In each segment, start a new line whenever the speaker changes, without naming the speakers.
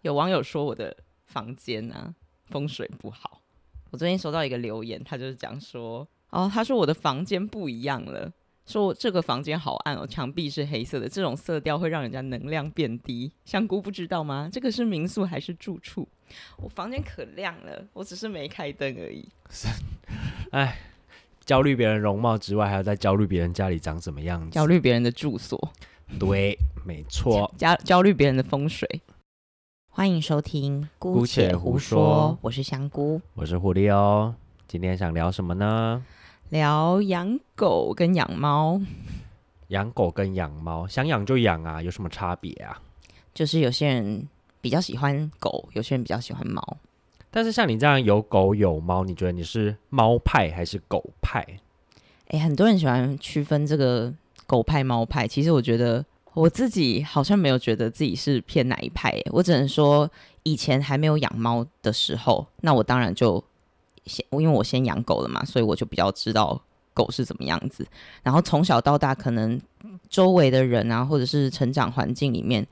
有网友说我的房间啊风水不好。我最近收到一个留言，他就是讲说，哦，他说我的房间不一样了，说我这个房间好暗哦，墙壁是黑色的，这种色调会让人家能量变低。香菇不知道吗？这个是民宿还是住处？我房间可亮了，我只是没开灯而已。
焦虑别人容貌之外，还要在焦虑别人家里长什么样子。
焦虑别人的住所，
对，没错。
焦焦虑别人的风水。欢迎收听，
姑且且胡胡说说
我是香菇。
我是狐狸哦，今天想聊什么呢？
聊养狗跟养猫，
养狗跟养猫，想养就养啊，有什么差别啊？
就是有些人比较喜欢狗，有些人比较喜欢猫。
但是像你这样有狗有猫，你觉得你是猫派还是狗派？
诶，很多人喜欢区分这个狗派猫派，其实我觉得我自己好像没有觉得自己是偏哪一派耶，我只能说以前还没有养猫的时候，那我当然就先因为我先养狗了嘛，所以我就比较知道狗是怎么样子。然后从小到大，可能周围的人啊，或者是成长环境里面。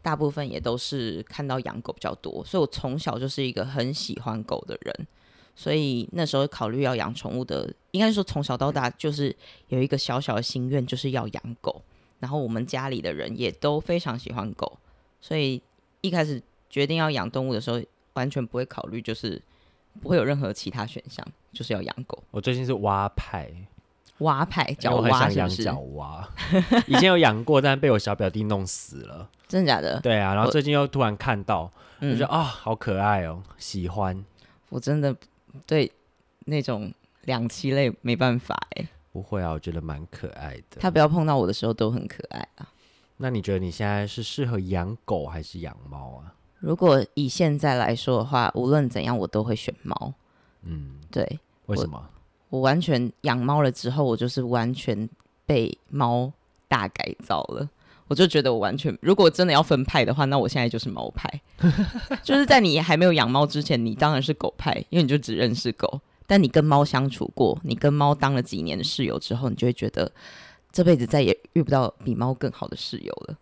大部分也都是看到养狗比较多，所以我从小就是一个很喜欢狗的人，所以那时候考虑要养宠物的，应该说从小到大就是有一个小小的心愿，就是要养狗。然后我们家里的人也都非常喜欢狗，所以一开始决定要养动物的时候，完全不会考虑，就是不会有任何其他选项，就是要养狗。
我最近是蛙派，
蛙派
因
脚
为我很
蛙
想
是不
养
是？
角蛙，以前有养过，但被我小表弟弄死 了。
真的假的？
对啊，然后
我
最近又突然看到，我觉得
嗯，
啊、好可爱哦，喜欢。
我真的对那种两栖类没办法哎、
不会啊，我觉得蛮可爱的。
它不要碰到我的时候都很可爱啊。
那你觉得你现在是适合养狗还是养猫啊？
如果以现在来说的话，无论怎样我都会选猫。
嗯，
对我
为什么？
我完全养猫了之后，我就是完全被猫大改造了。我就觉得我完全，如果真的要分派的话，那我现在就是猫派。 就是在你还没有养猫之前，你当然是狗派，因为你就只认识狗。但你跟猫相处过，你跟猫当了几年的室友之后，你就会觉得这辈子再也遇不到比猫更好的室友了，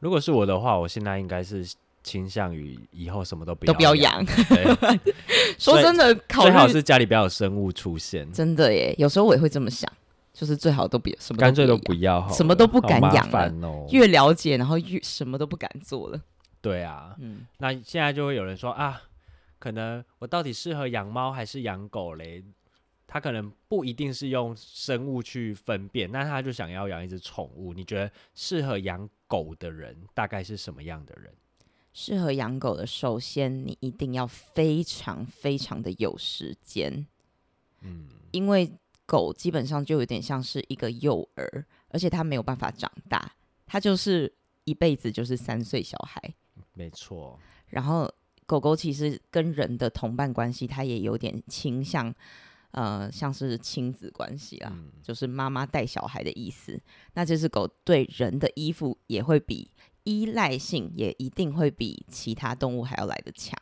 如果是我的话，我现在应该是倾向于以后什么都不
都不要
养，
养。
对
说真的，考
最好
虑
是家里不要有生物出现，
真的耶，有时候我也会这么想，就是最好都别什么
干脆
都
都
别
不要好了，
什么都不敢
好麻
养了
烦哦。
越了解，然后越什么都不敢做了。
对啊，
嗯，
那现在就会有人说啊，可能我到底适合养猫还是养狗嘞？他可能不一定是用生物去分辨，那他就想要养一只宠物。你觉得适合养狗的人大概是什么样的人？
适合养狗的，首先你一定要非常非常的有时间，
嗯，
因为狗基本上就有点像是一个幼儿，而且它没有办法长大，它就是一辈子就是三岁小孩。
没错，
然后狗狗其实跟人的同伴关系，它也有点倾向，呃，像是亲子关系啦，
嗯
就是妈妈带小孩的意思。那这只狗对人的依附也会比依赖性也一定会比其他动物还要来的强。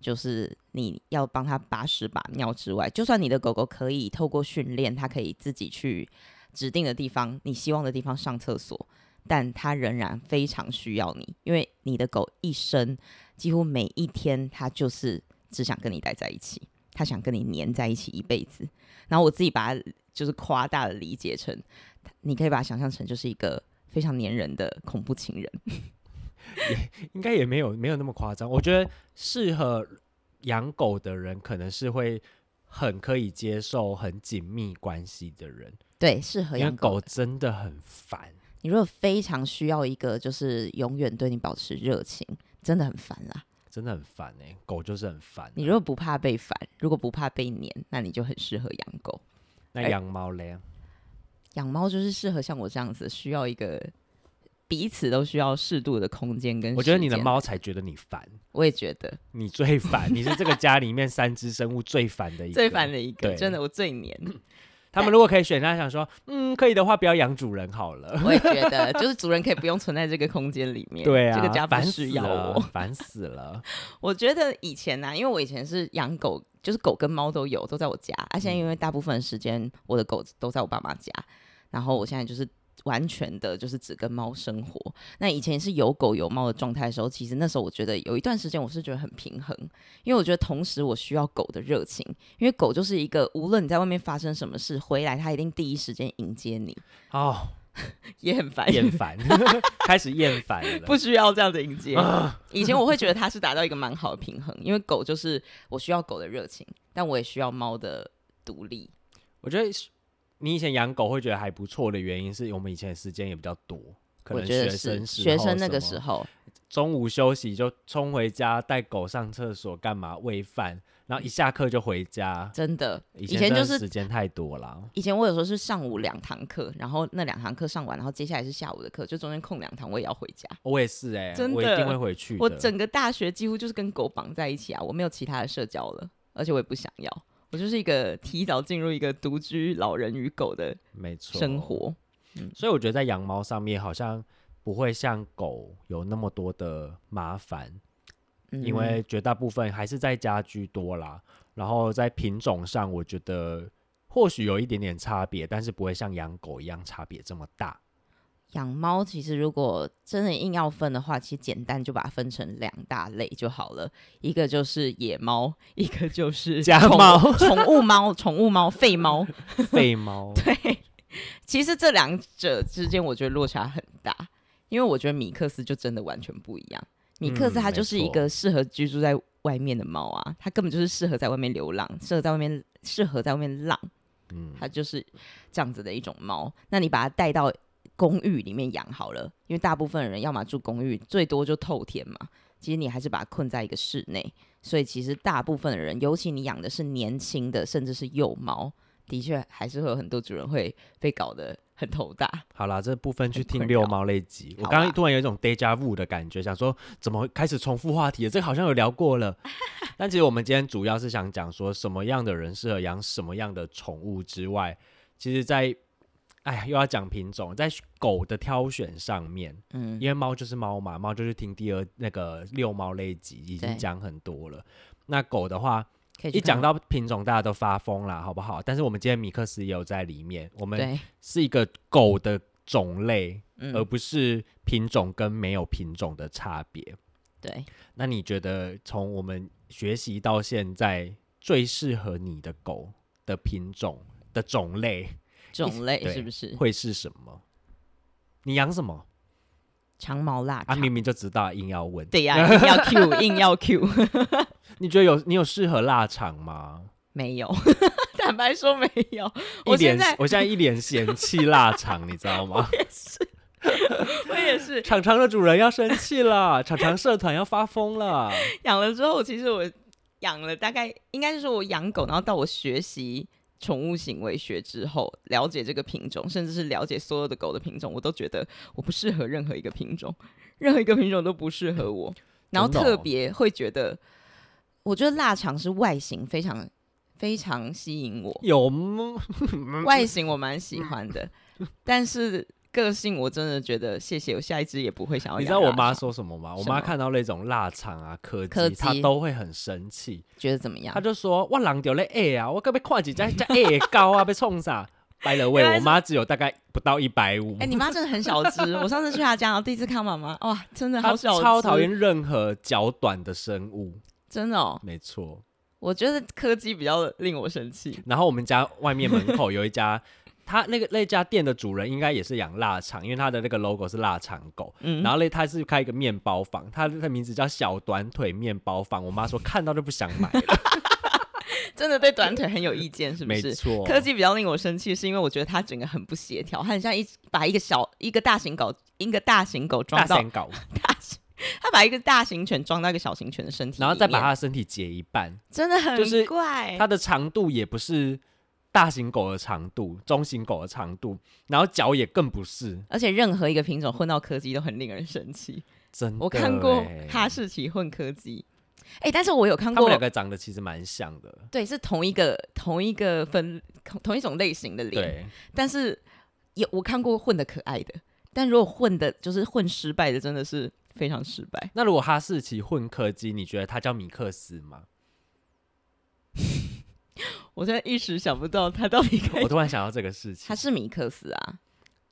就是你要帮它把屎把尿之外，就算你的狗狗可以透过训练，它可以自己去指定的地方，你希望的地方上厕所，但它仍然非常需要你，因为你的狗一生几乎每一天，它就是只想跟你待在一起，它想跟你黏在一起一辈子。然后我自己把它就是夸大的理解成，你可以把它想象成就是一个非常黏人的恐怖情人。
应该也没有没有那么夸张。我觉得适合养狗的人，可能是会很可以接受很紧密关系的人，
对，适合
因为
养
狗真的很烦。
你如果非常需要一个就是永远对你保持热情，真的很烦啦。
真的很烦哎、狗就是很烦啊、
你如果不怕被烦，如果不怕被黏，那你就很适合养狗。
那
哎
养猫嘞？
养猫就是适合像我这样子，需要一个彼此都需要适度的空嗯间跟。
我觉得你的，猫才觉得你烦，
我也觉得
你最烦，你是这个家里面三只生物最烦的一个。
最烦。的一个，
对
真的我最黏。
他们如果可以选，他想说，嗯，可以的话，不要养主人好 了。
我也觉得，就是主人可以不用存在这个空间里面，
对啊，
这个家不
烦死
需要
了
我。，
烦死了。
我觉得以前啊呢、因为我以前是养狗，就是狗跟猫都有，嗯都在我家。啊，现在因为大部分的时间我的狗都在我爸妈家，然后我现在就是完全的就是只跟猫生活。那以前是有狗有猫的状态的时候，其实那时候我觉得有一段时间我是觉得很平衡，因为我觉得同时我需要狗的热情，因为狗就是一个无论你在外面发生什么事，回来它一定第一时间迎接你，
哦，
也很烦，
厌烦， 开始厌烦了。
不需要这样子迎接。
啊
以前我会觉得它是达到一个蛮好的平衡，因为狗就是我需要狗的热情，但我也需要猫的独立。
我觉得是你以前养狗会觉得还不错的原因，是我们以前的时间也比较多，可
我
能
觉
学
得
生
是
时
学
候
生
什
那个
么
时候，
中午休息就冲回家带狗上厕所，干嘛喂饭，然后一下课就回家。
真的以
前
前
真
就
的
是
时间太多了，
以前我有时候是上午两堂课，然后那两堂课上完，然后接下来是下午的课，就中间空两堂，我也要回家。
我也是哎、
真
我一定
的
会回去的。
我整个大学几乎就是跟狗绑在一起啊，我没有其他的社交了，而且我也不想要，我就是一个提早进入一个独居老人与狗的
没错
生，活。
所以我觉得在养猫上面好像不会像狗有那么多的麻烦，
嗯
因为绝大部分还是在家居多啦。然后在品种上，我觉得或许有一点点差别，但是不会像养狗一样差别这么大。
养猫其实如果真的硬要分的话，其实简单就把它分成两大类就好了，一个就是野猫，一个就是
家
宠物
猫
宠物猫、宠物猫、 废 猫。
废猫
对，其实这两者之间，我觉得落差很大，因为我觉得米克斯就真的完全不一样。米克斯
嗯
它
没
就是一
错
个适合居住在外面的猫啊，它根本就是适合在外面流浪，适合在外面适合在外面浪，
嗯，
它就是这样子的一种猫。那你把它带到公寓里面养好了，因为大部分人要么住公寓，最多就透天嘛。其实你还是把它困在一个室内，所以其实大部分的人，尤其你养的是年轻的，甚至是幼猫，的确还是会有很多主人会被搞得很头大。
好啦，这部分去
很
听
困
六
扰
猫那一集，我
好
刚
吧
刚突然有一种 deja vu 的感觉，想说怎么开始重复话题了？这个好像有聊过 了。但其实我们今天主要是想讲说什么样的人适合养什么样的宠物之外，其实在，哎呀又要讲品种，在狗的挑选上面，
嗯，
因为猫就是猫嘛，猫就是听第二那个六猫那一集已
对
经讲很多了。那狗的话，
可以去
一
看
讲
吗
到品种，大家都发疯啦，好不好？但是我们今天米克斯也有在里面，我们呃
对，
是一个狗的种类，而
嗯，
不是品种跟没有品种的差别。
对，
那你觉得从我们学习到现在，最适合你的狗的品种的种类
种类
对
是不是？
会是什么？你养什么？
长毛腊
啊，
肠。
明明就知道，硬要问。
对呀、硬要 Q，硬要 Q，
你觉得有你有适合腊肠吗？
没有， 坦白说没有。
一
我现
脸
在，
我现在一脸嫌弃腊 肠，你知道吗？
我也是
厂长的主人要生气了，厂长社团要发疯了。
养了之后，其实我养了大概应该是说我养狗，然后到我学习宠物行为学之后，了解这个品种，甚至是了解所有的狗的品种，我都觉得我不适合任何一个品种，任何一个品种都不适合我。然后
真的哦
特别会觉得，我觉得腊肠是外形非常非常吸引我，
有吗？
外形我蛮喜欢的，
嗯
但是个性我真的觉得谢谢，我下一只也不会想要养。
你知道我妈，说什么吗？我
什
妈
么
看到那种腊肠啊、柯
柯
基，她
基
都会很生气，
觉得怎么样
她？就说：“我狼丢了 A 啊，我可被 跨几家加 A 高啊，被冲啥？”白了喂，
原来
我
是
妈只有大概不到一百五
哎、，你妈真的很小只。我上次去她家，然后第一次看妈妈，哇，真的
她
好小只，
超讨，厌任何脚短的生物，
真的哦。
没错。
我觉得柯基比较令我生气。
然后我们家外面门口有一家， 他那个那家店的主人应该也是养腊肠，因为他的那个 logo 是腊肠狗。
嗯，
然后嘞，他是开一个面包房，他的名字叫小短腿面包房。我妈说看到就不想买了，
真的对短腿很有意见， 是不
没
是？
错。
柯基比较令我生气，是因为我觉得它整个很不协调，它很像一把一个小一个大型狗，一个大型狗
大
装到
三狗，
大型，它把一个大型犬装到一个小型犬的身体里面，
然后再把它的身体截一半，
真的很
就是
怪，
它的长度也不是大型狗的长度，中型狗的长度，然后脚也更不是，
而且任何一个品种混到柯基都很令人生气。
真的。欸
我看过哈，士奇混柯基，哎、但是我有看
他们
过
两，个长得其实蛮像的，
对，是同一个同一个分同同一种类型的脸，
对。
但是有我看过混的可爱的，但如果混的就是混失败的，真的是非常失败。
那如果哈士奇混柯基，你觉得它叫米克斯吗？
我现在一时想不到他到底该
我，突然想到这个事
他
情，
是米克斯啊，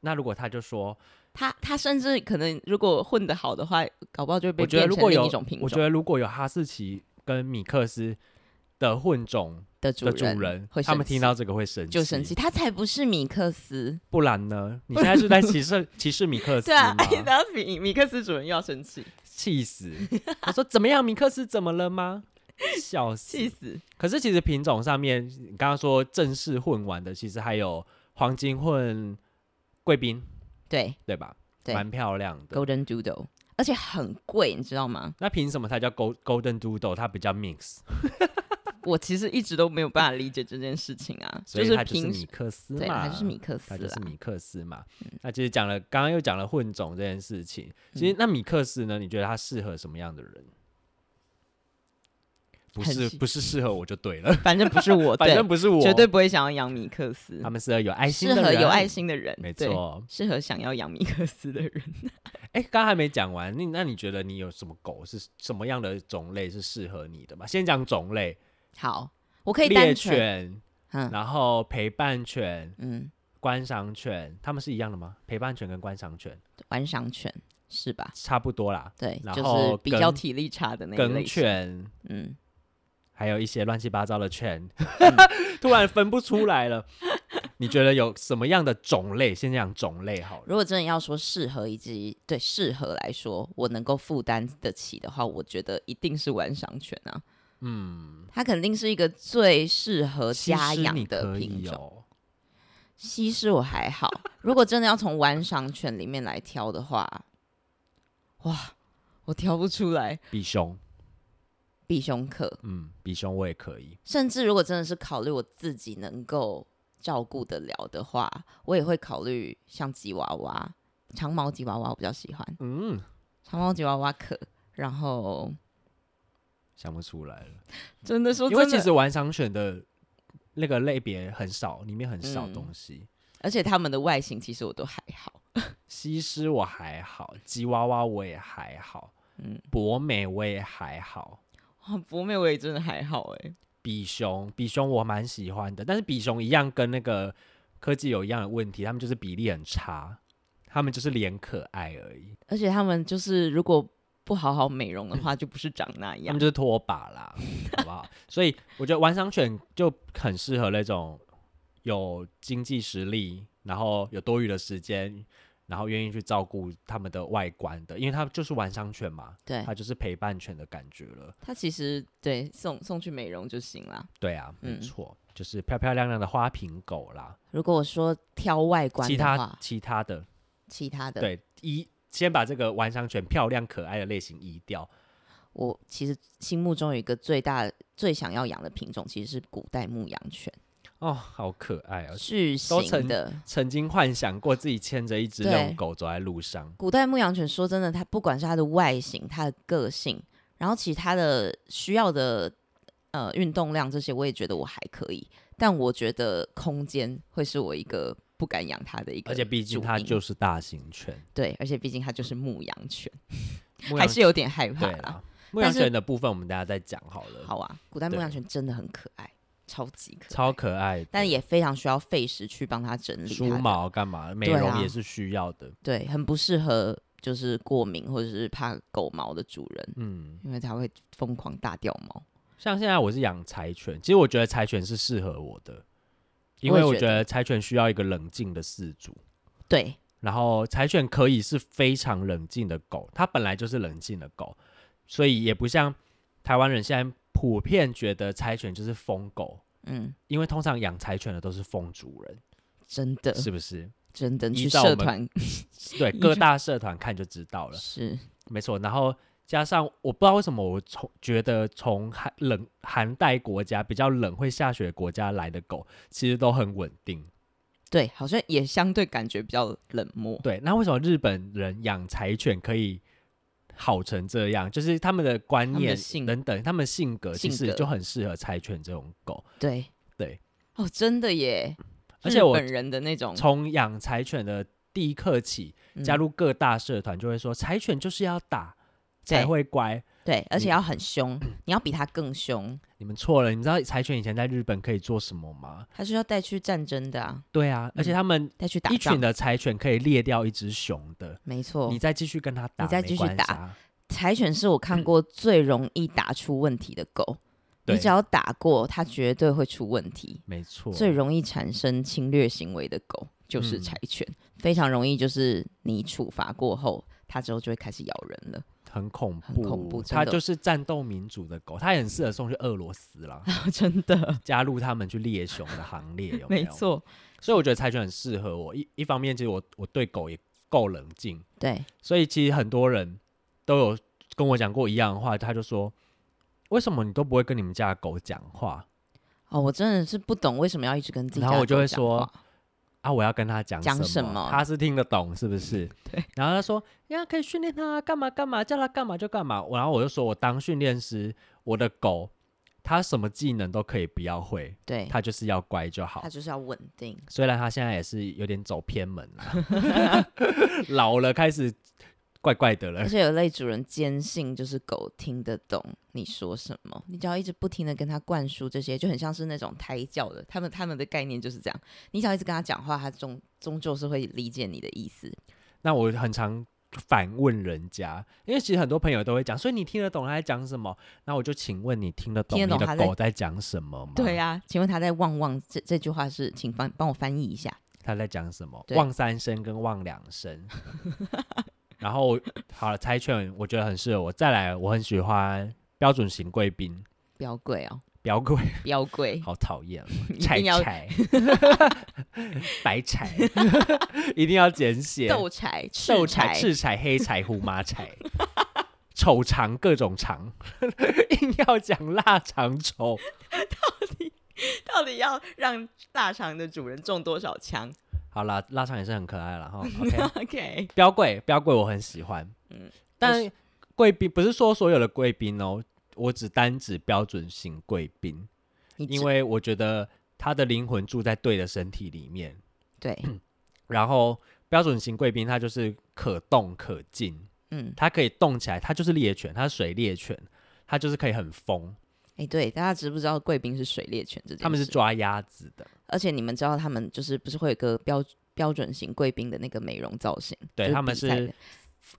那如果他就说，
他他甚至可能如果混得好的话，搞不好就会被
我觉得
变
如
成
果
另
有
一种品，
我觉
种
得如果有哈士奇跟米克斯的混种
的主
的主
人
人
会，
他
生
们听
气
到这个会生气，
就生气。。他才不是米克斯，
不然呢？你现在是在歧视 歧视米克斯
对啊
吗？，
然后米米克斯主人又要生气，
气死！我说怎么样，米克斯怎么了吗？笑死！
气死！
可是其实品种上面，你刚刚说正式混完的，其实还有黄金混贵宾，
对
对吧？
对
蛮漂亮的。
，Golden Doodle，而且很贵，你知道吗？
那凭什么它叫 Gold Golden Doodle？它比较 mix，
我其实一直都没有办法理解这件事情啊，
所以
是
它就是
平
米
时
克斯
对
嘛，
啦，就是米克斯啊嗯
它就
啦
是，米克斯嘛。那其实讲了，刚刚又讲了混种这件事情。其实
嗯
那米克斯呢，你觉得它适合什么样的人？不
很
是
喜
不是适合我就 对了，
反正不是我，
反
对
正，不是我，
绝对不会想要养米克斯
他，们适合有爱心
适
的
合
人，
有爱，心的人，
没
对，
错。
适合想要养米克斯的人。
哎，刚刚还没讲完，你那你觉得你有什么狗是什么样的种类是适合你的吗？先讲种类，
好，我可以
猎
单纯，
犬，
嗯
然后陪伴犬、
嗯，
观赏犬，它们是一样的吗？陪伴犬跟观赏犬
观赏犬是吧？
差不多啦，
对，
然
就是
后
比较
梗
体力差的那一
梗
类型，
犬，
嗯，
还有一些乱七八糟的 犬，突然分不出来了。你觉得有什么样的种类？先讲种类好了。
如果真的要说适合以及对适合来说，我能够负担得起的话，我觉得一定是玩赏犬啊。嗯，它肯定是一个最适合
其
家
实你
养
可
的
以
品种。
哦，
西施我还好，如果真的要从玩赏犬里面来挑的话，哇，我挑不出来。
比熊，
避凶客，
嗯，比熊我也可以。
甚至如果真的是考虑我自己能够照顾得了的话，我也会考虑像吉娃娃、长毛吉娃娃，我比较喜欢。
嗯，
长毛吉娃娃可，然后
想不出来了。
真的说
因为
真
其
的，
实玩赏犬的那个类别很少，里面很少
嗯
东西。
而且它们的外形其实我都还 好，
西施我还好，吉娃娃我也还好，
嗯，
博美我也还好，
哇博美我也真的还好哎、
比熊比熊我蛮喜欢的，但是比熊一样跟那个科技有一样的问题，他们就是比例很差，他们就是脸可爱而已，
而且它们就是如果不好好美容的话，就不是长那
他
样
们。就是拖把啦，好不好？ 所以我觉得玩赏犬就很适合那种有经济实力，然后有多余的时间，然后愿意去照顾他们的外观的，因为它就是玩赏犬嘛，
对，
它就是陪伴犬的感觉了。
它其实对送送去美容就行啦。
对啊，没
嗯
错，就是漂漂亮亮的花瓶狗啦。
如果我说挑外观
其
的
他
话，
其他的，
其他的，
对一。先把这个玩赏犬漂亮可爱的类型移掉，
我其实心目中有一个最大最想要养的品种，其实是古代牧羊犬，
哦，好可爱哦！
巨
都
型
成
的。
曾经幻想过自己牵着一只那
对
种狗走在路上，
古代牧羊犬说真的，它不管是它的外形、它的个性，然后其他的需要的呃运动量这些，我也觉得我还可以，但我觉得空间会是我一个不敢养它的一个主因，
而且毕竟它就是大型犬，
对，而且毕竟它就是牧羊犬，
牧
还
羊
是有点害怕
对
啦。
啦。牧
但
羊
是
犬的部分我们大家再讲好了，
好啊，古代牧
对
羊犬真的很可爱，超级可爱，
超可爱的，
但也非常需要费时去帮它整理
梳
它的，
毛干嘛，美
对啊
容也是需要的。
对，很不适合就是过敏或者是怕狗毛的主人，
嗯，
因为它会疯狂大掉毛。
像现在我是养柴犬，其实我觉得柴犬是适合我的，因
我也
为我
觉
觉得柴犬需要一个冷静的饲主。
对，
然后柴犬可以是非常冷静的狗，它本来就是冷静的狗，所以也不像台湾人现在普遍觉得柴犬就是疯狗，
嗯，
因为通常养柴犬的都是疯主人，
真的，
是不是？
真的，你
依
去
照我
社
们
团
对，各大社团看就知道了。
是
没错，然后加上我不知道为什么我从觉得从寒冷寒带国家比较冷会下雪国家来的狗，其实都很稳定。
对，好像也相对感觉比较冷漠。
对，那为什么日本人养柴犬可以好成这样？就是他们的观
他们的
念
性
等等，他们性格其
性
实
格
就很适合柴犬这种狗。
对
对，嗯
哦，真的耶！
而
日
且我
本人的那种
从养柴犬的第一刻起，
嗯
加入各大社团就会说，柴犬就是要打
对
才会乖，
对，而且
你
要很凶，你要比他更凶，
你们错了，你知道柴犬以前在日本可以做什么吗？
他是要带去战争的啊，
对啊，而且他们
带去打
一
仗
群。的柴犬可以猎掉一只熊的，
没错
你，再继续跟它打，
你再
没
继续
关
打
系啊，
柴犬是我看过最容易打出问题的狗，你
对
只要打过，它绝对会出问题。
没错，
最容易产生侵略行为的狗就是
嗯
柴犬，非常容易就是你处罚过后，它之后就会开始咬人了。
很恐
很
怖，
恐怖真
它
的
就是战斗民族的狗，它也很适合送去俄罗 斯啦，
真的，
加入他们去猎熊的行列，有
没
有？
错，
所以我觉得柴犬很适合我。一一方面，其实我我对狗也够冷静，
对，
所以其实很多人都有跟我讲过一样的话，他就说：“为什么你都不会跟你们家的狗讲话
哦，我真的是不懂为什么要一直跟自己
然
家的
后我就
狗
会
讲
说
话
啊？我要跟它讲
讲
什
什么
它是听得懂是不是？”
对。
然后他说：“呀，可以训练它干嘛干嘛，叫它干嘛就干嘛。”然后我就说：“我当训练师，我的狗它什么技能都可以不要会，
对，
它就是要乖就好
它。就是要稳定，
虽然它现在也是有点走偏门了， 老了开始怪怪的了
而。且有类主人坚信就是狗听得懂你说什么，你只要一直不停的跟它灌输这些，就很像是那种胎教的，他们他们的概念就是这样，你只要一直跟它讲话，它终终究是会理解你的意思。
那我很常反问人家，因为其实很多朋友都会讲，所以你听得懂他在讲什么？那我就请问你听得懂
听得
你
懂
的
他在
狗在讲什么吗？
对、啊，请问他在旺旺这这句话是，请帮帮我翻译一下。
他在讲什么？
对
望三声跟望两声。 然后好了，柴犬我觉得很适合我。再来，我很喜欢标准型 贵宾，
标贵哦，
标贵
标贵，
好讨厌哦，
一
柴
定要
柴， 白柴， 一定要简写。
豆柴、赤
瘦柴、赤柴、黑柴、胡麻柴、 丑肠各种肠， 硬要讲腊肠丑，
到底要让大肠的主人中多少 枪
好啦，腊肠也是很可爱了哈。OK，
？OK，
标贵标贵我很喜欢，
嗯
但贵宾不是说所有的贵宾哦，我只单指标准型贵宾，
你
因
只
为我觉得他的灵魂住在对的身体里面，
对，
嗯然后标准型贵宾它就是可动可进，
嗯，
它可以动起来，它就是猎犬，它是水猎犬，它就是可以很疯。
哎、对，大家知不知道贵宾是水猎犬这件事？
他们是，抓鸭子的，
而且你们知道他们就是不是会有个标标准型贵宾的那个美容造型？
对
就
他们
比赛
是
的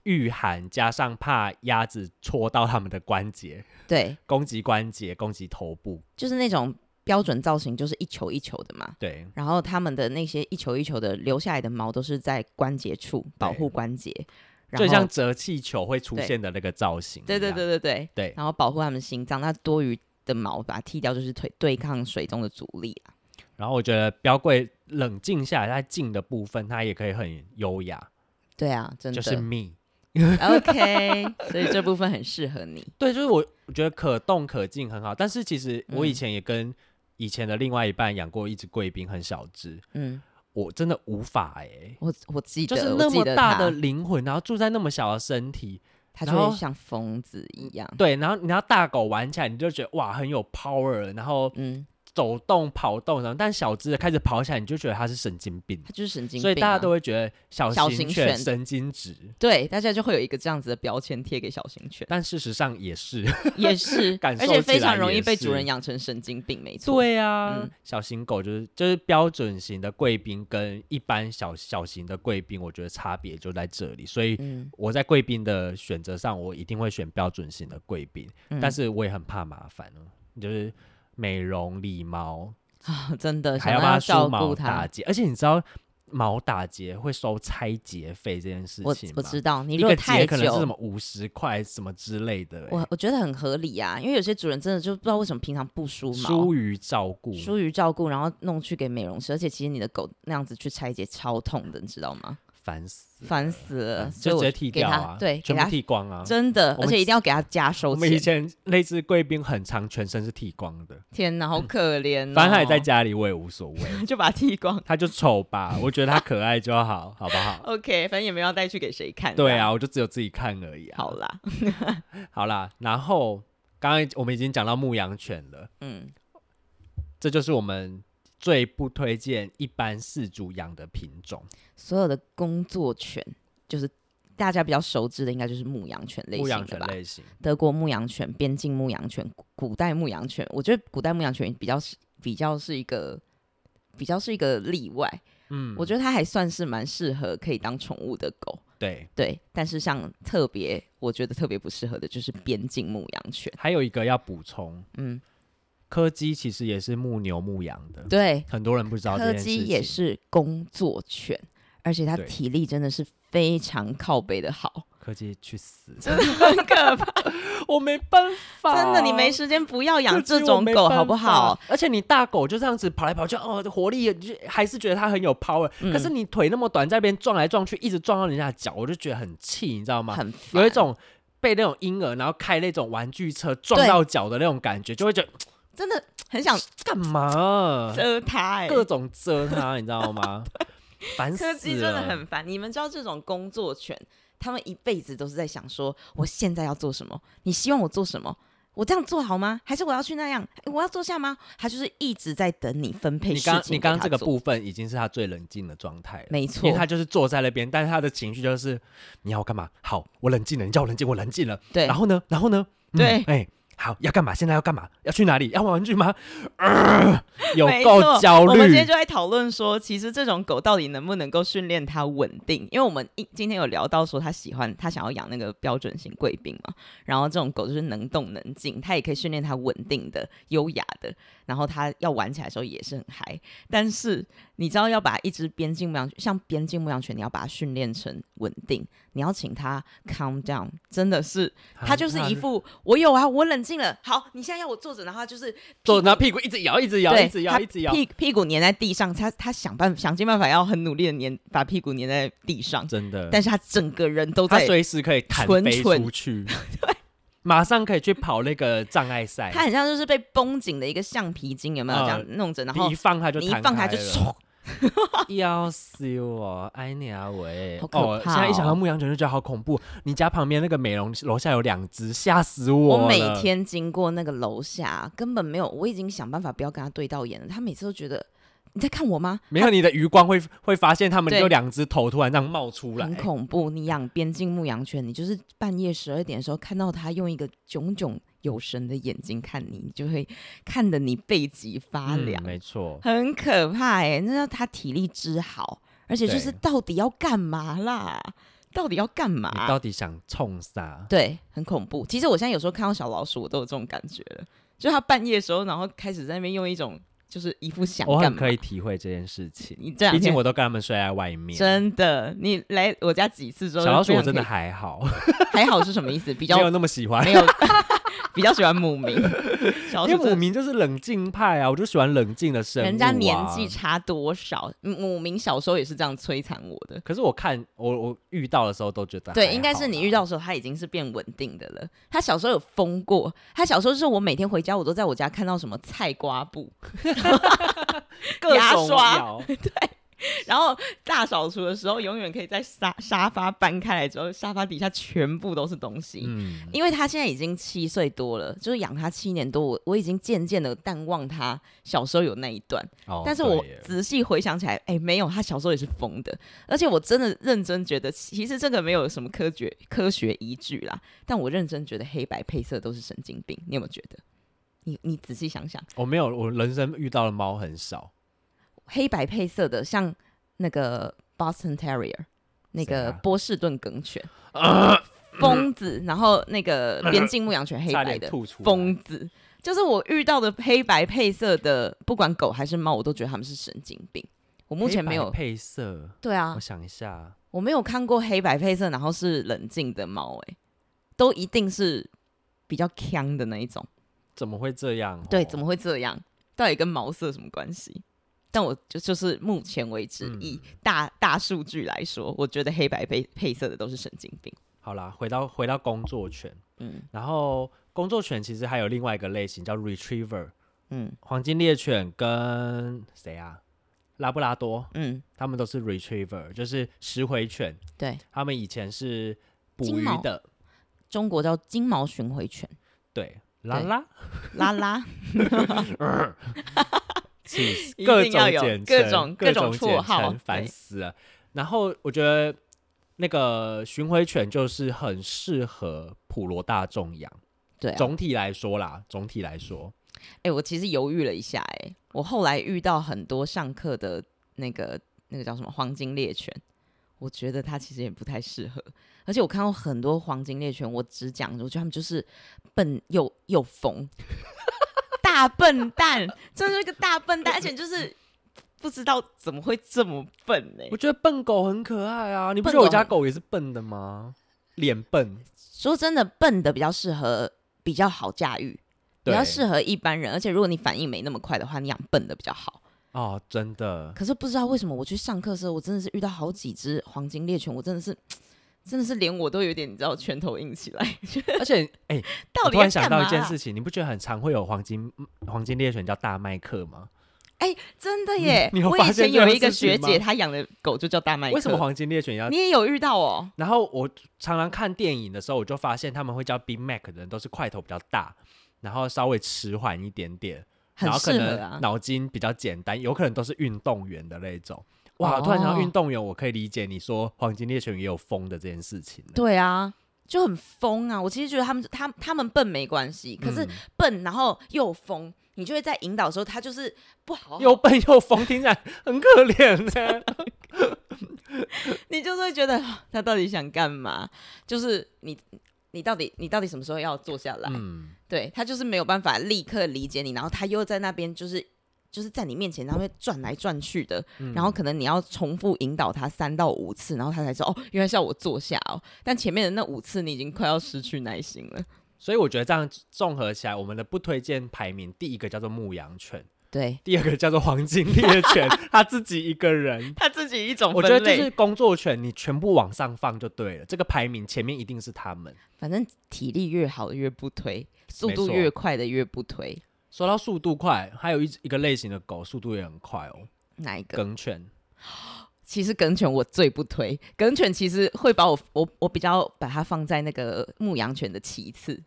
御寒加上怕鸭子戳到他们的关节，
对，
攻击关节，攻击头部。
就是那种标准造型，就是一球一球的嘛。
对，
然后他们的那些一球一球的留下来的毛都是在关节处保
对
护关节，然
就
后
像折气球会出
对
现的那个造型一
对
样。
对对对对，
对
然后保护他们心脏，那多余的毛把它剃掉，就是对对抗水中的阻力啊。
然后我觉得标贵冷静下来，它静的部分，它也可以很优雅，
对啊，真的、
就是 me。
OK，所以这部分很适合你。
对，就是我我觉得可动可静很好。但是其实我以
嗯
前也跟以前的另外一半养过一只贵宾，很小只，
嗯，
我真的无法哎、
我我记
就
得，
是
我
那
记
么
得
大
他
的灵魂，然后住在那么小的身体，
他
然
就
后
会像疯子一样。
对，然后你要大狗玩起来，你就觉得哇很有 power，然后
嗯，
走动跑动，然后但小只的开始跑起来，你就觉得它是神经病，
他就是神经病啊、
所以大家都会觉得小
小
型
型
犬
犬
神经质，
对大家就会有一个这样子的标签贴给小型 犬，
但事实上也 是，
也是，
感受
而
起
且非
来
常容
也
易被
是
主人养成神经病，没错。
对啊，
嗯
小型狗就是就是标准型的贵宾跟一般小小型的贵宾，我觉得差别就在这里，所以。
嗯，
我在贵宾的选择上，我一定会选标准型的贵宾，
嗯，
但是我也很怕麻烦哦，就是美容、礼貌、
啊，真的想
还要
到
帮它梳
照顾
毛打
它。
结，而且你知道毛打结会收拆结费这件事
我
情吗？
我知道，你
一
如果
个结
太
可能是什
久，
么五十块什么之类的、欸，
我我觉得很合理啊，因为有些主人真的就不知道为什么平常不梳毛
疏。于照顾。
疏于照顾，然后弄去给美容师，而且其实你的狗那样子去拆解超痛的，你知道吗？
烦死了，
烦死了，
嗯
所以
就直
我
接剃
给
掉
它
啊，
对，给
全部
它
剃光啊。
真的，
我
而
们
且一定要给它加收
我们以
钱。
前那只贵宾很长，全身是剃光的，
天 哪，好可怜、哦！
反正它也在家里，我也无所谓，
就把它剃光。
它就丑吧，我觉得它可爱就好，好不好？
OK，反正也没有要带去给谁看。
对啊，，我就只有自己看而已啊。
好 啦，
好啦，然后刚刚我们已经讲到牧羊犬了。
嗯，
这就是我们最不推荐一般饲主养的品种。
所有的工作犬就是大家比较熟知的应该就是牧羊犬类
牧
型
羊
的
犬
吧？
类型，
德国牧羊犬、边境牧羊犬、古古代牧羊犬，我觉得古代牧羊犬比较是比较是一个比较是一个例外，
嗯，
我觉得它还算是蛮适合可以当宠物的狗。
对。
对，但是像特别，我觉得特别不适合的就是边境牧羊犬。
还有一个要补充，
嗯，
柯基其实也是牧牛牧羊的，
对，
很多人不知道
柯
这件事
基
情。
也是工作犬，而且它
对
体力真的是非常靠背的好，
柯基去死！
很可怕。
我没办法，
真的，你
哎
没时间不要养
柯基我
这种
没
狗，
办
好不好
法？？而且你大狗就这样子跑来跑去，哦，活力就还是觉得它很有 power，、
嗯
可是你腿那么短，在那边撞来撞去，一直撞到人家的脚，我就觉得很气，你知道吗？
很
有一
烦
种被那种婴儿然后开那种玩具车撞到脚的那种感觉，就会觉得
真的很想
干嘛
蛰它、欸。
呃各种遮它，你知 道吗？烦死
柯
了！
基真的很烦。你们知道这种工作犬，他们一辈子都是在想说，我现在要做什么？你希望我做什么？我这样做好吗？还是我要去那样？诶我要坐下吗？他就是一直在等你分配
你
事
刚
情
你刚刚这
给
个
他做，
部分已经是他最冷静的状态了，
没
因
错
为，他就是坐在那边，但是他的情绪就是你要我干嘛？好，我冷静了，你叫我冷静，我冷静了。
对
然，后呢？然后呢？嗯
对
哎、好，要干嘛？现在要干嘛？要去哪里？要玩玩具吗？呃有
没
够
错
焦
我们今
虑
天。就在讨论说，其实这种狗到底能不能够训练它稳定？因为我们一今天有聊到说，他喜欢他想要养那个标准型贵宾嘛，然后这种狗就是能动能静，它也可以训练它稳定的、优雅的，然后它要玩起来的时候也是很嗨。但是你知道，要把一只边境牧羊犬，像边境牧羊犬，你要把它训练成稳定，你要请它 calm down，真的是它就是一副我有啊，我冷静了，好，你现在要我坐着，然后它就是
坐，然后屁股一直摇，一直摇，
对，
一直摇，
他
一直摇，
屁屁股粘在地上，他他想办想尽办法要很努力的粘把屁股粘在地上，
真的。
但是他整个人都
他
在，
随时可以弹
蠢
飞
蠢
出去，马上可以去跑那个障碍赛。
他很像就是被绷紧的一个橡皮筋，有没有
嗯
这样弄着，然
你
后
一放它就
你一
弹
放
开
它就
了
嗖
要死我，哎你啊喂！
好可怕
现在一想
哦
到牧羊犬就觉得好恐怖。你家旁边那个美容楼下有两只，吓死我了！
我每天经过那个楼下，根本没有，我已经想办法不要跟他对到眼了，他每次都觉得你在看我吗？
没有你的余光会会发现他们
对
有两只头突然这样冒出来
很，恐怖。你养边境牧羊犬，你就是半夜十二点的时候看到它用一个炯炯有神的眼睛看你，你就会看得你背脊发
嗯
凉。
没错，
很可怕哎、那要他体力之好，而且就是
对
到底要干嘛啦？到底要干嘛
你？到底想冲啥？
对，很恐怖。其实我现在有时候看到小老鼠，我都有这种感觉了，就它半夜的时候，然后开始在那边用一种就是一副想
我
干
很
嘛
可。以体会这件事情，
你这样，
毕竟我都跟他们睡在外面。
啊真的，你来我家几次之后，
小老鼠我真的
非
还好，
常可以还好是什么意思？比
比
较
没有那么喜欢。
没有， 比较喜欢母 名。小老
因
鼠真
为母
的
明就是冷静派啊，我就喜欢冷静的生物、啊。
人家年纪差多少，母名小时候也是这样摧残我的。
可是我看我我遇到的时候都觉得还
对，
好
应该是你
啦
遇到的时候，他已经是变稳定的了。他小时候有疯过，他小时候就是我每天回家，我都在我家看到什么菜瓜 布，
各
牙
种
刷
咬
然后大扫除的时候，永远可以在沙沙发搬开来之后，沙发底下全部都是东西。
嗯，
因为他现在已经七岁多了，就是养他七年多，我我已经渐渐的淡忘他小时候有那一段。
哦
但是我
对耶
仔细回想起来，哎、没有，他小时候也是疯的，而且我真的认真觉得，其实这个没有什么科学科学依据啦，但我认真觉得黑白配色都是神经病，你有没有觉得？你你仔细想想，
我没有，我人生遇到的猫很少。
黑白配色的，像那个 Boston Terrier，那
谁
个
啊
波士顿梗犬，疯子，然后那 个边境牧羊犬 黑
差
白
点
的
吐出来
疯子，就是我遇到的黑白配色的，不管狗还是猫，我都觉得他们是神经病。我目前没
黑
有
白配色，
对啊
我，想一下，
我没有看过黑白配色，然后是冷静的猫、欸，都一定是比较强的那一种。
怎么会这样？哦
对，怎
么？
么会这样？到底跟毛色什么关系？但我就就是目前为止，
嗯
以大大数据来说，我觉得黑白配配色的都是神经病。
好啦，回到回到工作犬，
嗯
然后工作犬其实还有另外一个类型叫 Retriever，
嗯
黄金猎犬跟谁啊？拉布拉多，
嗯，
他们都是 Retriever，就是食回犬。
对，
他们以前是捕
金
鱼
毛
的，
中国叫金毛巡回犬，
对，拉
对
拉，
拉拉
气死
一
各
定
种
要有
简
各
称
种
各
各种绰
简
号
称烦
对
死了。然后我觉得那个巡回犬就是很适合普罗大众养。
对、啊，
总体来说啦，总体来说，
哎、我其实犹豫了一下、哎，我后来遇到很多上课的那个那个叫什么黄金猎犬，我觉得它其实也不太适合，而且我看到很多黄金猎犬，我只讲，我觉得它们就是笨又又疯， 大笨蛋，真是个大笨蛋，而且就是不知道怎么会这么笨呢、
我觉得笨狗很可爱啊。你不
笨
觉得我
狗
家
很
狗也是笨的吗？脸笨，
说真的，笨的比较适合，比较好驾驭，比
对，
较适合一般人，而且如果你反应没那么快的话，你养笨的比较好。
哦，真的，
可是不知道为什么，我去上课的时候，我真的是遇到好几只黄金猎犬，我真的是，真的是连我都有点，你知道，拳头硬起来。
而且哎、
到
我
底
突然
要
想
干
到
嘛、啊
一件事，情，你不觉得很常会有黄金黄金猎犬叫大麦克吗？
真的耶！
你有
我
发
以
现
前
这
有
件
一个
事情
学姐，
吗
她养的狗就叫大麦克。
为什么？黄金猎犬要
你？也有遇到哦？
然后我常常看电影的时候，我就发现他们会叫 Big Mac 的人都是块头比较大，然后稍微迟缓一点点，
很
然后可
适合啊
能。脑筋比较简单，有可能都是运动员的那种。哇，突然想到
哦
运动员，我可以理解你说黄金猎犬也有疯的这件事情。
对啊，就很疯啊！我其实觉得他们，他他们笨没关系，可是
嗯
笨然后又疯，你就会在引导的时候，他就是不好好
又笨又疯，听起来很可怜呢、
你就是会觉得 啊他到底想干嘛？就是你，你到底你到底什么时候要坐下来？
嗯，
对他就是没有办法立刻理解你，然后他又在那边就是就是在你面前，他会转来转去的，
嗯
然后可能你要重复引导他三到五次，然后他才说哦，原来是要我坐下哦。但前面的那五次，你已经快要失去耐心了。
所以我觉得这样综合起来，我们的不推荐排名，第一个叫做牧羊犬，
对
第二个叫做黄金猎 犬，它自己一个人。
他自己一 种
我
分
觉
类，
得就是工作犬，你全部往上放就对了。这个排名前面一定是他们。
反正体力越好的越不推，速
没
度
错
越快的越不推，
说到速度快，还有一一个类型的狗速度也很快哦，
哪一个？
梗犬。
其实梗犬我最不推，梗犬其实会把我我我比较把它放在那个牧羊犬的其次，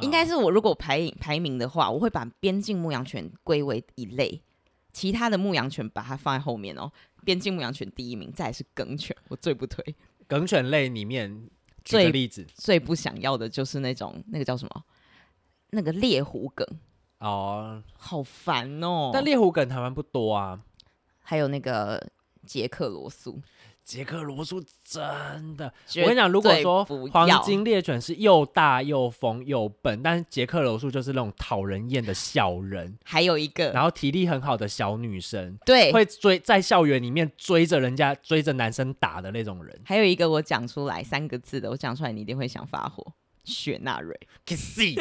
应该
是
是我如果排排名的话，我会把边境牧羊犬归为一类，其他的牧羊犬把它放在后面哦。边境牧羊犬第一名，再来是梗犬，我最不推，
梗犬类里面，举
最
个例子
最不想要的就是那种那个叫什么那个猎狐梗，
哦，
好烦哦。
但猎狐梗台湾不多啊。
还有那个捷克罗素，
杰克罗素真的，
我
我跟你讲，如果说黄
金
金猎犬是又大又疯又笨，但是杰克罗素就是那种讨人厌的小人，
还有一个
然后体力很好的小女生，
对，
会追在校园里面追着人家追着男生打的那种人。
还有一个我讲出来三个字的，我讲出来你一定会想发火。雪纳瑞
Kissy，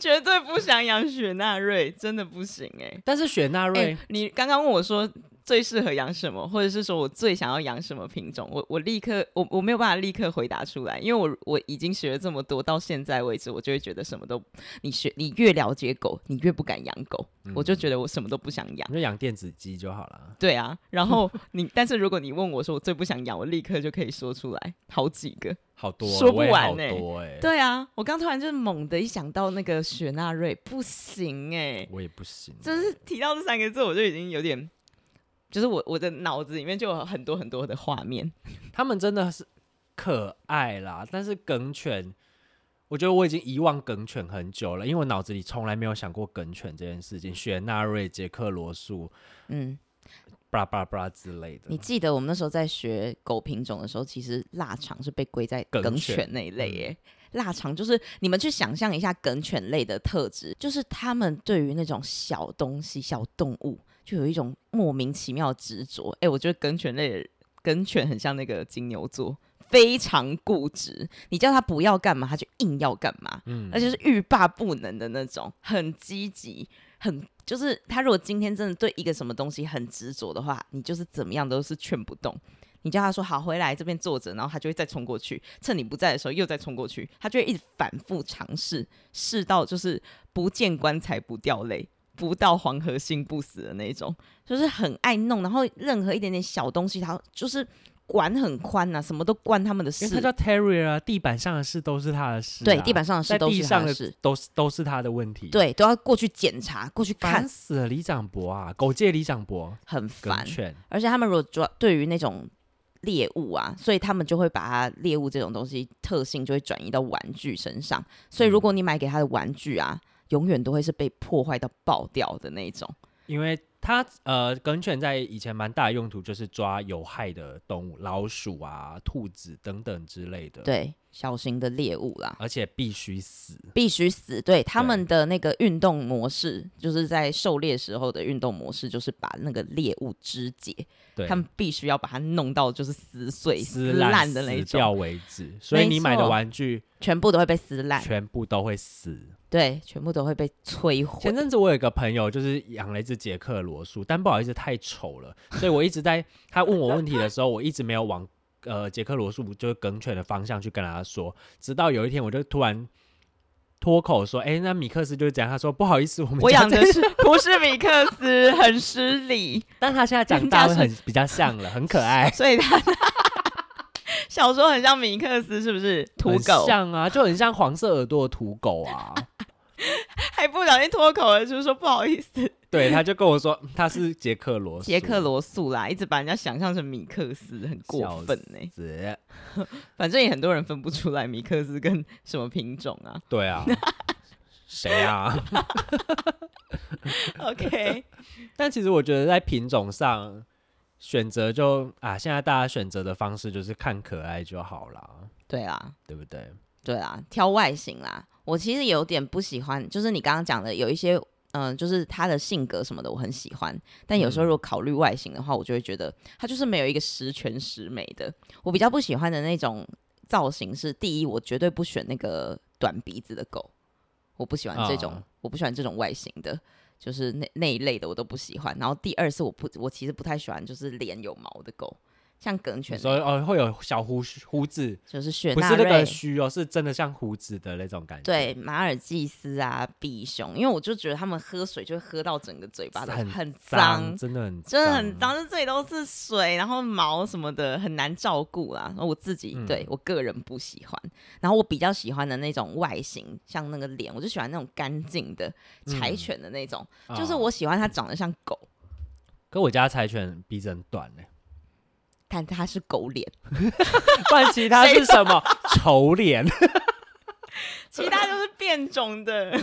绝对不想养雪纳瑞，真的不行哎、欸
但是雪纳瑞、
欸你刚刚问我说最适合养什么，或者是说我最想要养什么品种，我我立刻我我没有办法立刻回答出来，因为我我已经学了这么多，到现在为止，我就会觉得什么都你学你越了解狗，你越不敢养狗，我就觉得我什么都不想养。
你就养电子鸡就好了。
对啊，然后你但是如果你问我说我最不想养，我立刻就可以说出来好几个。
好多
说不
我也
完
好
欸
多哎、
对啊，我刚突然就是猛的一想到那个雪纳瑞，不行哎、
我也不行欸，
就是提到这三个字，我就已经有点，就是我我的脑子里面就有很多很多的画面。
他们真的是可爱啦，但是梗犬，我觉得我已经遗忘梗犬很久了，因为我脑子里从来没有想过梗犬这件事情。雪纳瑞、杰克罗素、
嗯，
巴拉巴拉巴拉之类的
你，记得我们那时候在学狗品种的时候，其实腊肠是被归在
梗
梗
犬嗯
犬那一类耶。腊肠就是你们去想象一下梗犬类的特质，就是它们对于那种小东西、小动物，就有一种莫名其妙的执着。哎、我觉得梗犬类的梗犬很像那个金牛座，非常固执。你叫它不要干嘛，它就硬要干嘛。
嗯
而且是欲罢不能的那种，很积极，很就是他如果今天真的对一个什么东西很执着的话，你就是怎么样都是劝不动。你叫他说好回来这边坐着，然后他就会再冲过去，趁你不在的时候又再冲过去，他就会一直反复尝试，试到就是不见棺材不掉泪，不到黄河心不死的那种，就是很爱弄，然后任何一点点小东西他就是管很宽呐、什么都关他们的
因
事。
为它叫 Terrier 啊，地板上的事都是它的事、啊，
对，地板上的事
在
都
地
是他
上
的
的
事，
都是都是它的问题。，啊
对，都要过去检查，过去看
烦，死了，李长博啊，狗界李长博，
很
梗
烦。
犬
而且他们如果抓对于那种猎物啊，所以他们就会把它猎物这种东西特性就会转移到玩具身上。所以如果你买给他的玩具啊，永远都会是被破坏到爆掉的那种。
因为它呃，梗犬在以前蛮大的用途就是抓有害的动物，老鼠啊、兔子等等之类的。，
对，小型的猎物啦，
而且必须死。
必须死。对，他们的那个运动模式，就是在狩猎时候的运动模式，就是把那个猎物肢解，
对，
他们必须要把它弄到就是撕碎、撕
撕烂
烂的那
死掉
种，
为止。所以
没
你买的
错
玩具
全部都会被撕烂。
全部都会死。
对，全部都会被摧毁
前。阵子我有一个朋友，就是养了一只捷克罗素，但不好意思太丑了，所以我一直在他问我问题的时候，我一直没有往呃捷克罗素就是梗犬的方向去跟他说，直到有一天我就突然脱口说：“哎、那米克斯就是这样。”他说：“不好意思，我们
我
家
养
这
的是不是米克斯，很失礼，
但他现在长
人
大
家
会
是，
很比较像了，很可爱
所以他小时候很像米克斯，是不是？ 土
很
狗
像啊，就很像黄色耳朵的土狗啊。
还不小心脱口而出说不好意思，
对，他就跟我说嗯他是捷克罗素，
杰克罗素啦，一直把人家想象成米克斯，很过分呢、
子，
反正也很多人分不出来米克斯跟什么品种 啊。
对啊，谁啊？
OK，
但其实我觉得在品种上选择就啊，现在大家选择的方式就是看可爱就好啦，
对啦，
对不对？
对啦，挑外形啦，我其实有点不喜欢，就是你刚刚讲的有一些，嗯、就是他的性格什么的，我很喜欢。但有时候
嗯
如果考虑外形的话，我就会觉得他就是没有一个十全十美的。我比较不喜欢的那种造型是，第一，我绝对不选那个短鼻子的狗，我不喜欢这种，
啊
我不喜欢这种外形的。就是那那一类的我都不喜欢，然后第二是我不我其实不太喜欢就是脸有毛的狗，像梗
你
犬
说哦，会有小胡须胡子，
就是雪
不
纳
是那
瑞
个须哦，是真的像胡子的那种感觉。
对，，马尔济斯啊、比熊，因为我就觉得他们喝水就会喝到整个嘴巴都
很
很脏，
脏，真的很
真的很。脏，就这里都是水，然后毛什么的很难照顾啦。然后我自己、
嗯
对我个人不喜欢，然后我比较喜欢的那种外形，像那个脸，我就喜欢那种干净的柴
嗯
犬的那种，就是
啊
我喜欢它长得像狗，
可我家柴犬鼻子很短呢，
但它是狗脸，
不然其他是什么 丑脸？
其他就是变种 的。
哦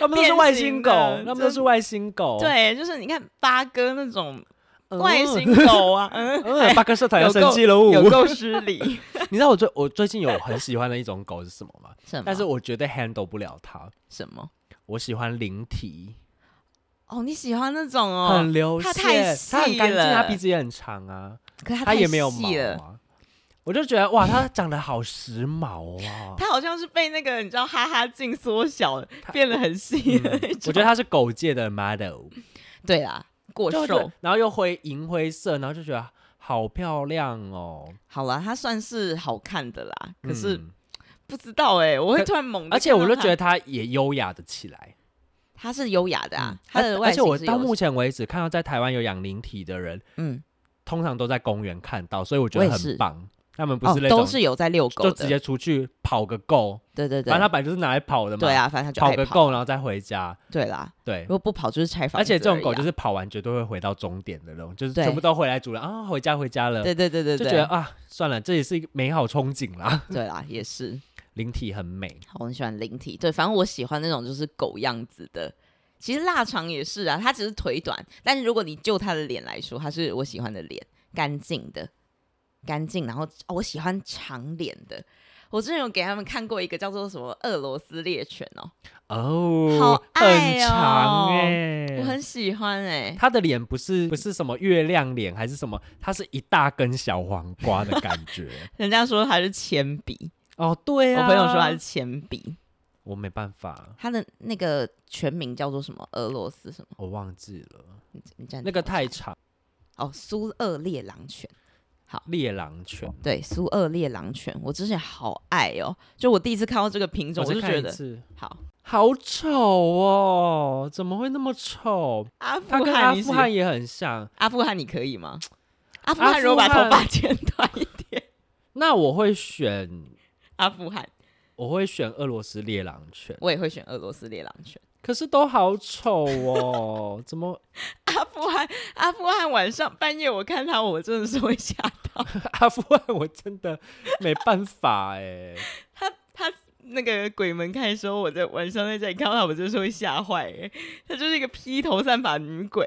他们都是外
变
星
形
狗，
的
他们都
真
是外星狗。
对，就是你看八哥那种
嗯，
外 星狗啊，嗯，
嗯，八哥社团要
有
生
够
气了
有
哦。
够失 礼。
你知道我最我最近有很喜欢的一种狗是什么吗？
什么？
但是我觉得 handle 不了它。
什么？
我喜欢灵体，
哦，你喜欢那种
很
哦？
流
它
线，
太
它很
细
干净，它
了
鼻子也很长啊，
可是
它
它
也没有毛
细了，
啊。我就觉得哇，它长得好时 髦啊！
它好像是被那个你知道哈哈镜缩小，变得很细
嗯
的那种。
我觉得它是狗界的 model，
对啦，过
就
瘦
是。然后又灰银灰色，然后就觉得好漂亮哦。
好啦，它算是好看的啦，可是
嗯
不知道哎，我会
可
突然猛地看到它，
而且我就觉得它也优雅的起来
它是优雅的啊
嗯，
它
而
的
而
外
且我
形是
到目
优，
前为止看到在台湾有养灵体的人，
嗯，
通常都在公园看到，所以我觉
我
得
也
很
是
棒。他们不
哦
是那，种
都是有在遛狗
就
的，
直接出去跑个够，
对对对
反正，他本来就是拿来跑的嘛，
对，啊，反正它就
跑
爱
个
跑，
够然后再回家，
对啦，
对
如。果不跑就是拆房
而
子已啊，
且这种狗就是跑完绝对会回到终点的那种，就是
对
全部都回来主人啊，回家回家了，
对对对对
就觉得
对，
啊，算了，这也是一个美好憧憬啦。
对啦，也是。
灵体很美，
好我很喜欢灵体，对，反正我喜欢那种就是狗样子的。其实腊肠也是啊，它只是腿短，但是如果你就它的脸来说，它是我喜欢的脸，干净的，干净。然后、哦、我喜欢长脸的。我之前有给他们看过一个叫做什么俄罗斯猎犬哦，
哦，
好
很
爱哦
长
我
哎、
很喜欢哎、
它的脸不是不是什么月亮脸还是什么，它是一大根小黄瓜的感 觉。
人家说它是铅笔，
哦，对啊，
我朋友说它是铅笔，
我没办法，
它的那个全名叫做什么？俄罗斯什么？
我忘记了，
你你这样
那个
听我讲
太长，
哦，苏俄猎狼犬。
猎狼犬，
对，苏俄猎狼犬，我之前好爱哦，就我第一次看到这个品种，我
只
就
看
觉
一
得
次
好。
好丑哦！怎么会那么丑？
阿富
他跟
汗
阿
你喜，
富汗也很像。
阿富汗你可以吗？阿富
阿
汗如果
富
把头发
汗
剪短一点，
那我会选，
阿富汗
我会选俄罗斯猎狼犬。
我也会选俄罗斯猎狼犬。
可是都好丑哦， 怎么
阿富汗，阿富汗晚上半夜我看他，我真的是会吓到。
阿富汗我真的没办法哎、
他那个鬼门开的时候，我在晚上在家里看到他，我真的是会吓坏、欸。他就是一个披头散发的女鬼，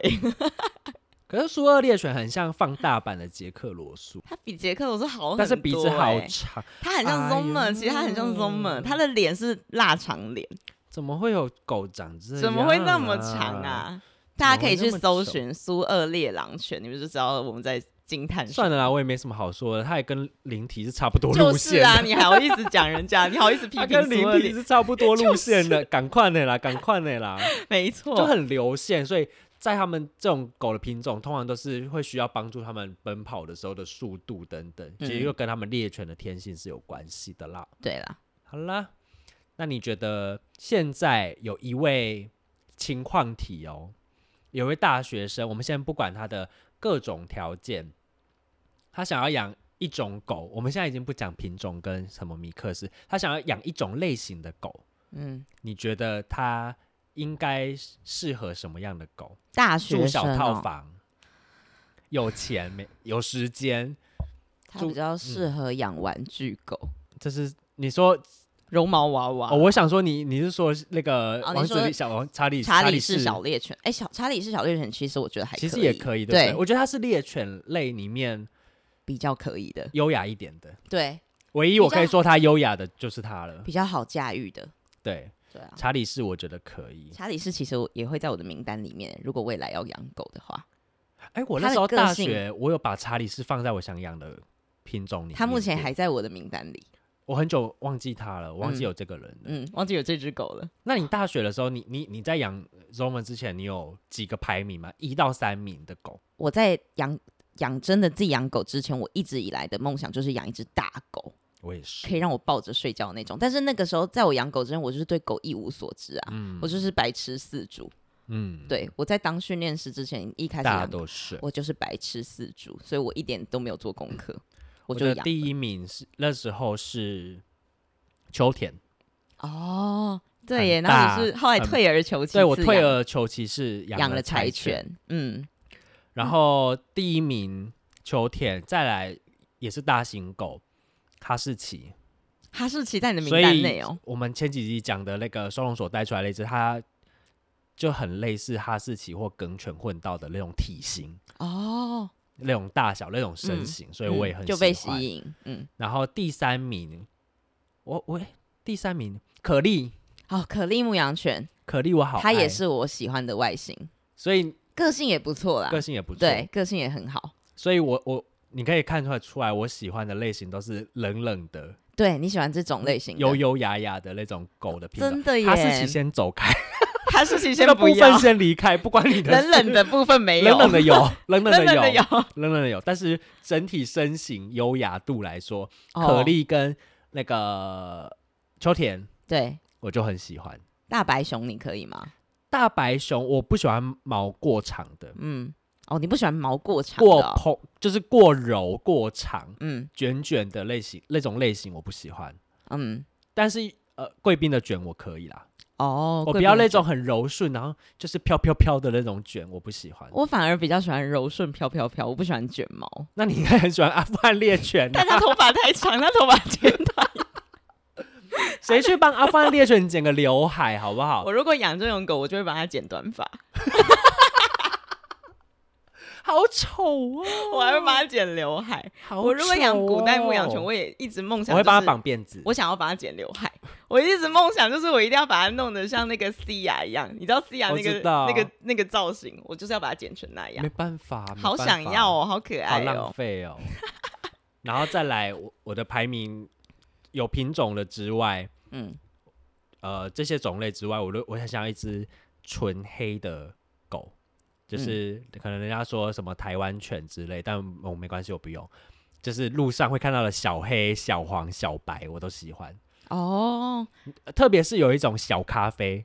可是苏俄猎犬很像放大版的杰克罗素，
他比杰克罗素好很多、欸，
但是鼻子好长，
他很
哎
像
呦
Zomer，、其实他很像 Zomer，他的脸是腊肠脸，
怎么会有狗长这样、
怎么会那么长？啊？大家可以去
怎么会那
搜
么
寻苏二猎狼犬，你们就知道我们在惊叹什么。
算了啦，我也没什么好说的，它也跟灵体是差不多
就
路
是
线的，
啊，你还好意思讲人家，你好 意思批
它
评
跟
苏
灵
二
体
猎？
是差不多路线的，赶快的啦，赶快的啦，
没
就
错，
很流线，所以。在他们这种狗的品种，通常都是会需要帮助他们奔跑的时候的速度等等，其实
嗯
又跟他们猎犬的天性是有关系的啦。
对啦，
好啦，那你觉得现在有一位情况题哦，有一位大学生，我们先不管他的各种条件，他想要养一种狗，我们现在已经不讲品种跟什么米克斯，他想要养一种类型的狗，
嗯，
你觉得他应该适合什么样的狗？
大
住
学生、
小
哦、
套房，有钱没有时间，
它
住嗯
比较适合养玩具狗、
这是你说
绒毛娃娃。
哦，我想说你你是说那个
哦你
王子
说
里小王查理
查理
理
士小猎犬，哎、小查理士小猎犬，其实我觉得还
其实
可
也
以
可以，对不
对
对？我觉得它是猎犬类里面
比较可以的，
优雅一点的，
对，
唯一
较
我可以说它优雅的就是它了。
比较好驾驭的，
对，
对啊。
嗯查理士我觉得可以。
查理士其实我也会在我的名单里面，如果未来要养狗的话，
哎，我
它
那
的
时候
个
大
性
学我有把查理士放在我想养的品种里面过，
它目前还在我的名单里。
我很久忘记它了，我忘记
嗯
有这个人了。
嗯，忘记有这只狗了。
那你大学的时候，你你你在养 Roman 之前，你有几个排名吗？一到三名的狗，
我在养养真的自己养狗之前，我一直以来的梦想就是养一只大狗，
我也是。
可以让我抱着睡觉那种。但是那个时候，在我养狗之前，我就是对狗一无所知啊，
嗯
我就是白痴四主。
嗯，
对我在当训练师之前，一开始
大家
养狗
都是。
我就是白痴四主，所以我一点都没有做功课，我
我
就
的
养
第一名是那时候是秋田，
哦，
很
对耶，然后
大
你是后来
很
退而求其次
对
养，
我退而求其次养
养
了
了
柴
柴，犬，嗯，
然后第一名秋田，再来也是大型狗哈士奇，
哈士奇在你的名
所
单
以
内哦，
我们前几集讲的那个收容所带出来的一只，它就很类似哈士奇或梗犬混到的那种体型、
哦，
那种大小、那种身
嗯
形，所以我
嗯
也很喜
就
欢。
被吸引，嗯，
然后第三名，我我第三名可丽，
哦，可丽牧羊犬，
可丽我好爱，
它也，是我喜欢的外形，
所以
个性也不错啦，
个性也不错。
对，个性也很好，
所以我我你可以看出来出来，我喜欢的类型都是冷冷的、
对你喜欢这种类型的，
优优雅雅的那种狗的品种。
真的耶，
哈士奇先走开，
哈士奇
这
先
个
不
部分
要，
先离开，不 关你的
冷冷
事。
的部分没有，
冷冷的有，冷 冷
冷冷
的
的
有
有，，
冷冷的有。但是整体身形优雅度来说，
哦
可丽跟那个秋田
对。
我就很喜欢。
大白熊你可以吗？
大白熊我不喜欢毛过长的，
嗯，哦，你不喜欢毛过长的
过
哦、
蓬就是过柔过长
嗯
卷卷的类型，那种类型我不喜欢。
嗯，
但是呃，贵宾的卷我可以啦，
哦，
我
贵
不要
宾
那
的
种
卷，
很柔顺，然后就是飘飘飘的那种卷，我不喜欢。
我反而比较喜欢柔顺飘飘飘，我不喜欢卷毛。
那你应该很喜欢阿富汗猎犬、
但
啊
他，头发太长，他头发剪短。
谁去帮阿富汗猎犬剪个刘海好不 好
我？如果养这种狗，我就会把它剪短发，
好丑啊！
我还会把它剪刘海。
好
我如果养
丑
古代牧羊
哦
犬，我也一直梦想、
我会帮它，绑辫子。
我想要把它剪刘海。我一直梦想就是我一定要把它弄得像那个西雅一样，你知道西雅
我
那个
知道
那个那个造型，我就是要把它剪成那样
没。办法，没
好
办
想
法
要，哦，好可
好
爱
浪
哦。
费哦。 然后再来，我我的排名有品种的之外，
嗯，
呃这些种类之外，我都我很想要一只纯黑的狗，
嗯
就是可能人家说什么台湾犬之类，但我、没关系，我不用。就是路上会看到的小黑、小黄、小白，我都喜欢。
哦
呃特别是有一种小咖啡，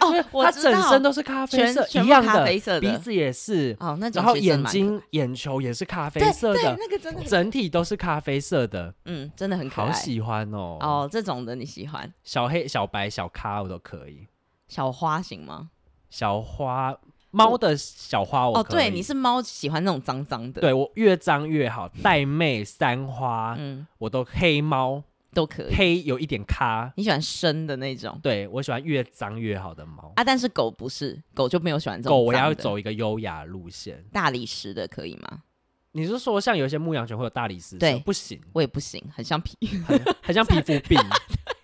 哦，我
它
知
整
道
身都是咖啡
全
色
全
一
部
样
咖
的，
啡色的
鼻子也是，
哦，那种
然后
其实真
眼
蛮
睛、眼球也是咖啡
对
色
对
的，
那个真的很
整体都是咖啡色的，
嗯，真的很可
好
爱
喜欢哦。
哦，这种的你喜欢
小黑、小白、小咖我都可以。
小花型吗？
小花猫的小花我
哦，
可以
对，你是猫，喜欢那种脏脏的。，
对我越脏越好，带妹三花、
嗯，
我都黑猫，
都可以。
黑有一点咖，
你喜欢深的那种
对我喜欢越脏越好的猫。
啊？但是狗不是，狗就没有喜欢这种
狗我
脏
要
的
走一个优雅路线。
大理石的，可以吗？
你是说像有一些牧羊犬会有大理石？
对
不行，
我也不行，很像皮。
很很像皮肤病。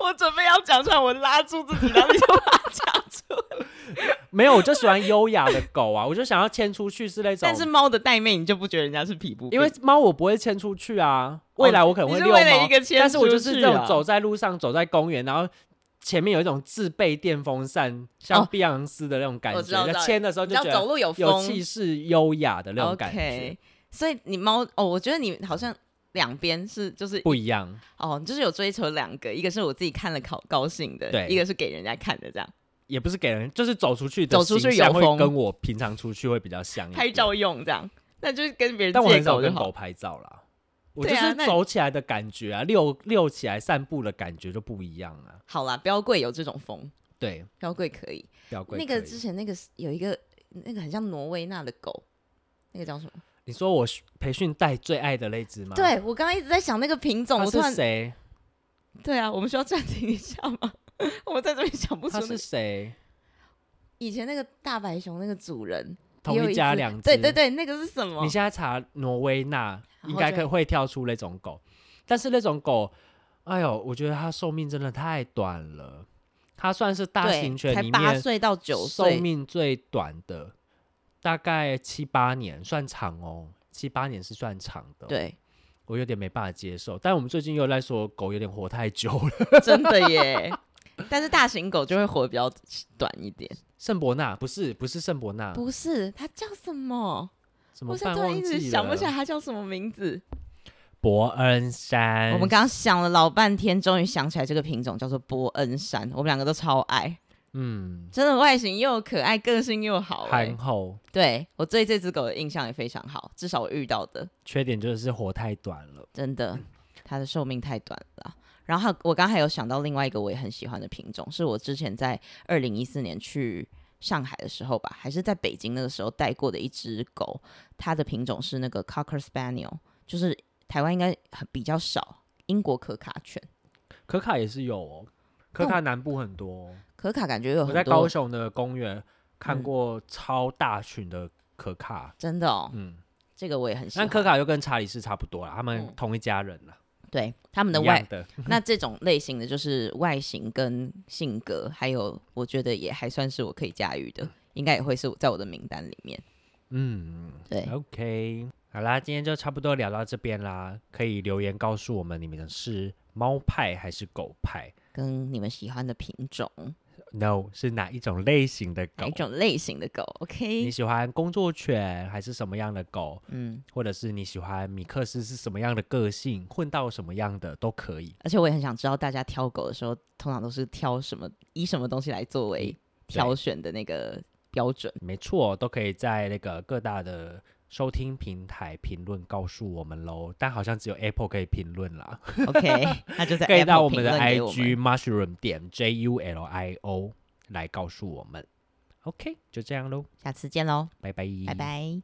我准备要讲出来，我拉住自己，然后你就把它讲出来。
没有，我就喜欢优雅的狗啊，我就想要牵出去是那 种。
但是猫的带妹，你就不觉得人家是皮肤病？
因为猫我不会牵出去啊，未来我可能会
你
遛
是为了
猫
一，个牵
但是我就
出
是
去
这种
啊
走在路上、走在公园，然后前面有一种自备电风扇，像
哦
碧昂斯的那种感
我知道我
觉，
知
在
道
牵的时候
你
就
知道
觉
走
得
路有
有
风
气势、优雅的那种感觉
OK，所以你猫哦，我觉得你好像两边是就是
不一样。
哦，你就是有追求两个，一个是我自己看了考高兴的，
对
一个是给人家看的，这样
也不是给人，就是走出去的
走出去
形象
有
会
风
跟我平常出去会比较像一点
拍照，用这样，那就是跟别人
嗯但我
借
很少
狗就
跟
好
狗。拍照啦。我就
对啊
是
那你
走起来的感觉啊，遛遛起来散步的感觉就不一样啊。
好啦，标柜有这种风，
对，
标柜可以。
表贵
那个
可以
之前那个是有一个那个很像挪威那的狗，那个叫什么？
你说我培训带最爱的那只吗？，
对我刚刚一直在想那个品种，
他
我突
是
然
谁？
对啊，我们需要暂停一下吗？ 我在这边想不出
他
那
是
个。
谁？
以前那个大白熊那个主人，
同
也有
一家
只
两只。
对对。对，那个是什么
你？现在查挪威那，
然
应
后
该
就
可以会跳出那种狗，但是那种狗，哎呦，我觉得它寿命真的太短了。它算是大
对
型犬
才
里
八
面
岁到九
寿
岁，
命最短的，大概七八年算长哦，七八年是算长的。，
对，
我有点没办法接受。但我们最近又在说狗有点活太久了。
真的耶。 但是大型狗就会活得比较短一点，
圣伯纳不是不是圣伯纳，
不是？它叫什么？
啊怎么
我现在
办
突然
忘
一直
记
想不
了
起来它叫什么名字。
伯恩山，
我们刚刚想了老半天，终于想起来这个品种叫做波恩山，我们两个都超爱，
嗯，
真的外形又可爱，个性又好哎、
憨厚，
对我对这只狗的印象也非常好，至少我遇到的
缺点就是活太短了。
真的，它的寿命太短了啦。然后还我刚还有想到另外一个我也很喜欢的品种，是我之前在二零一四年去上海的时候吧，还是在北京那个时候带过的一只狗，它的品种是那个 Cocker Spaniel，就是台湾应该很比较少，英国可卡犬。
可卡也是有哦，可
但
卡南部很多哦、
可卡感觉有
我在
很
高
多，
雄的公园看
嗯
过超大群的可卡，
真的哦，
嗯，
这个我也很喜
但
欢。
可卡又跟查理士差不多啦，他们
啊嗯
同一家人啦，
对他们的
一
外
样的。
那这种类型的就是外形跟性格，还有我觉得也还算是我可以驾驭的，应该也会是在我的名单里面。
嗯
对，
，OK，好啦，今天就差不多聊到这边啦，可以留言告诉我们你们是猫派还是狗派
跟你们喜欢的品种，
？No，是哪一种类型的
哪
狗
一？种类型的狗
你
？OK，
喜欢工作犬还是什么样的狗？
嗯，
或者是你喜欢米克斯是什么样的个性，混到什么样的都可以。
而且我也很想知道大家挑狗的时候，通常都是挑什么，以什么东西来作为挑选的那个标准。
没错，都可以在那个各大的收听平台评论告诉我们喽。但好像只有 Apple 可以评论啦，
OK，那 就在
可以
Apple
到我们的
评论给我
IG
们
mushroom 点 J U L I O 来告诉我们。OK，就这样喽，
下次见喽，
拜拜，
拜拜。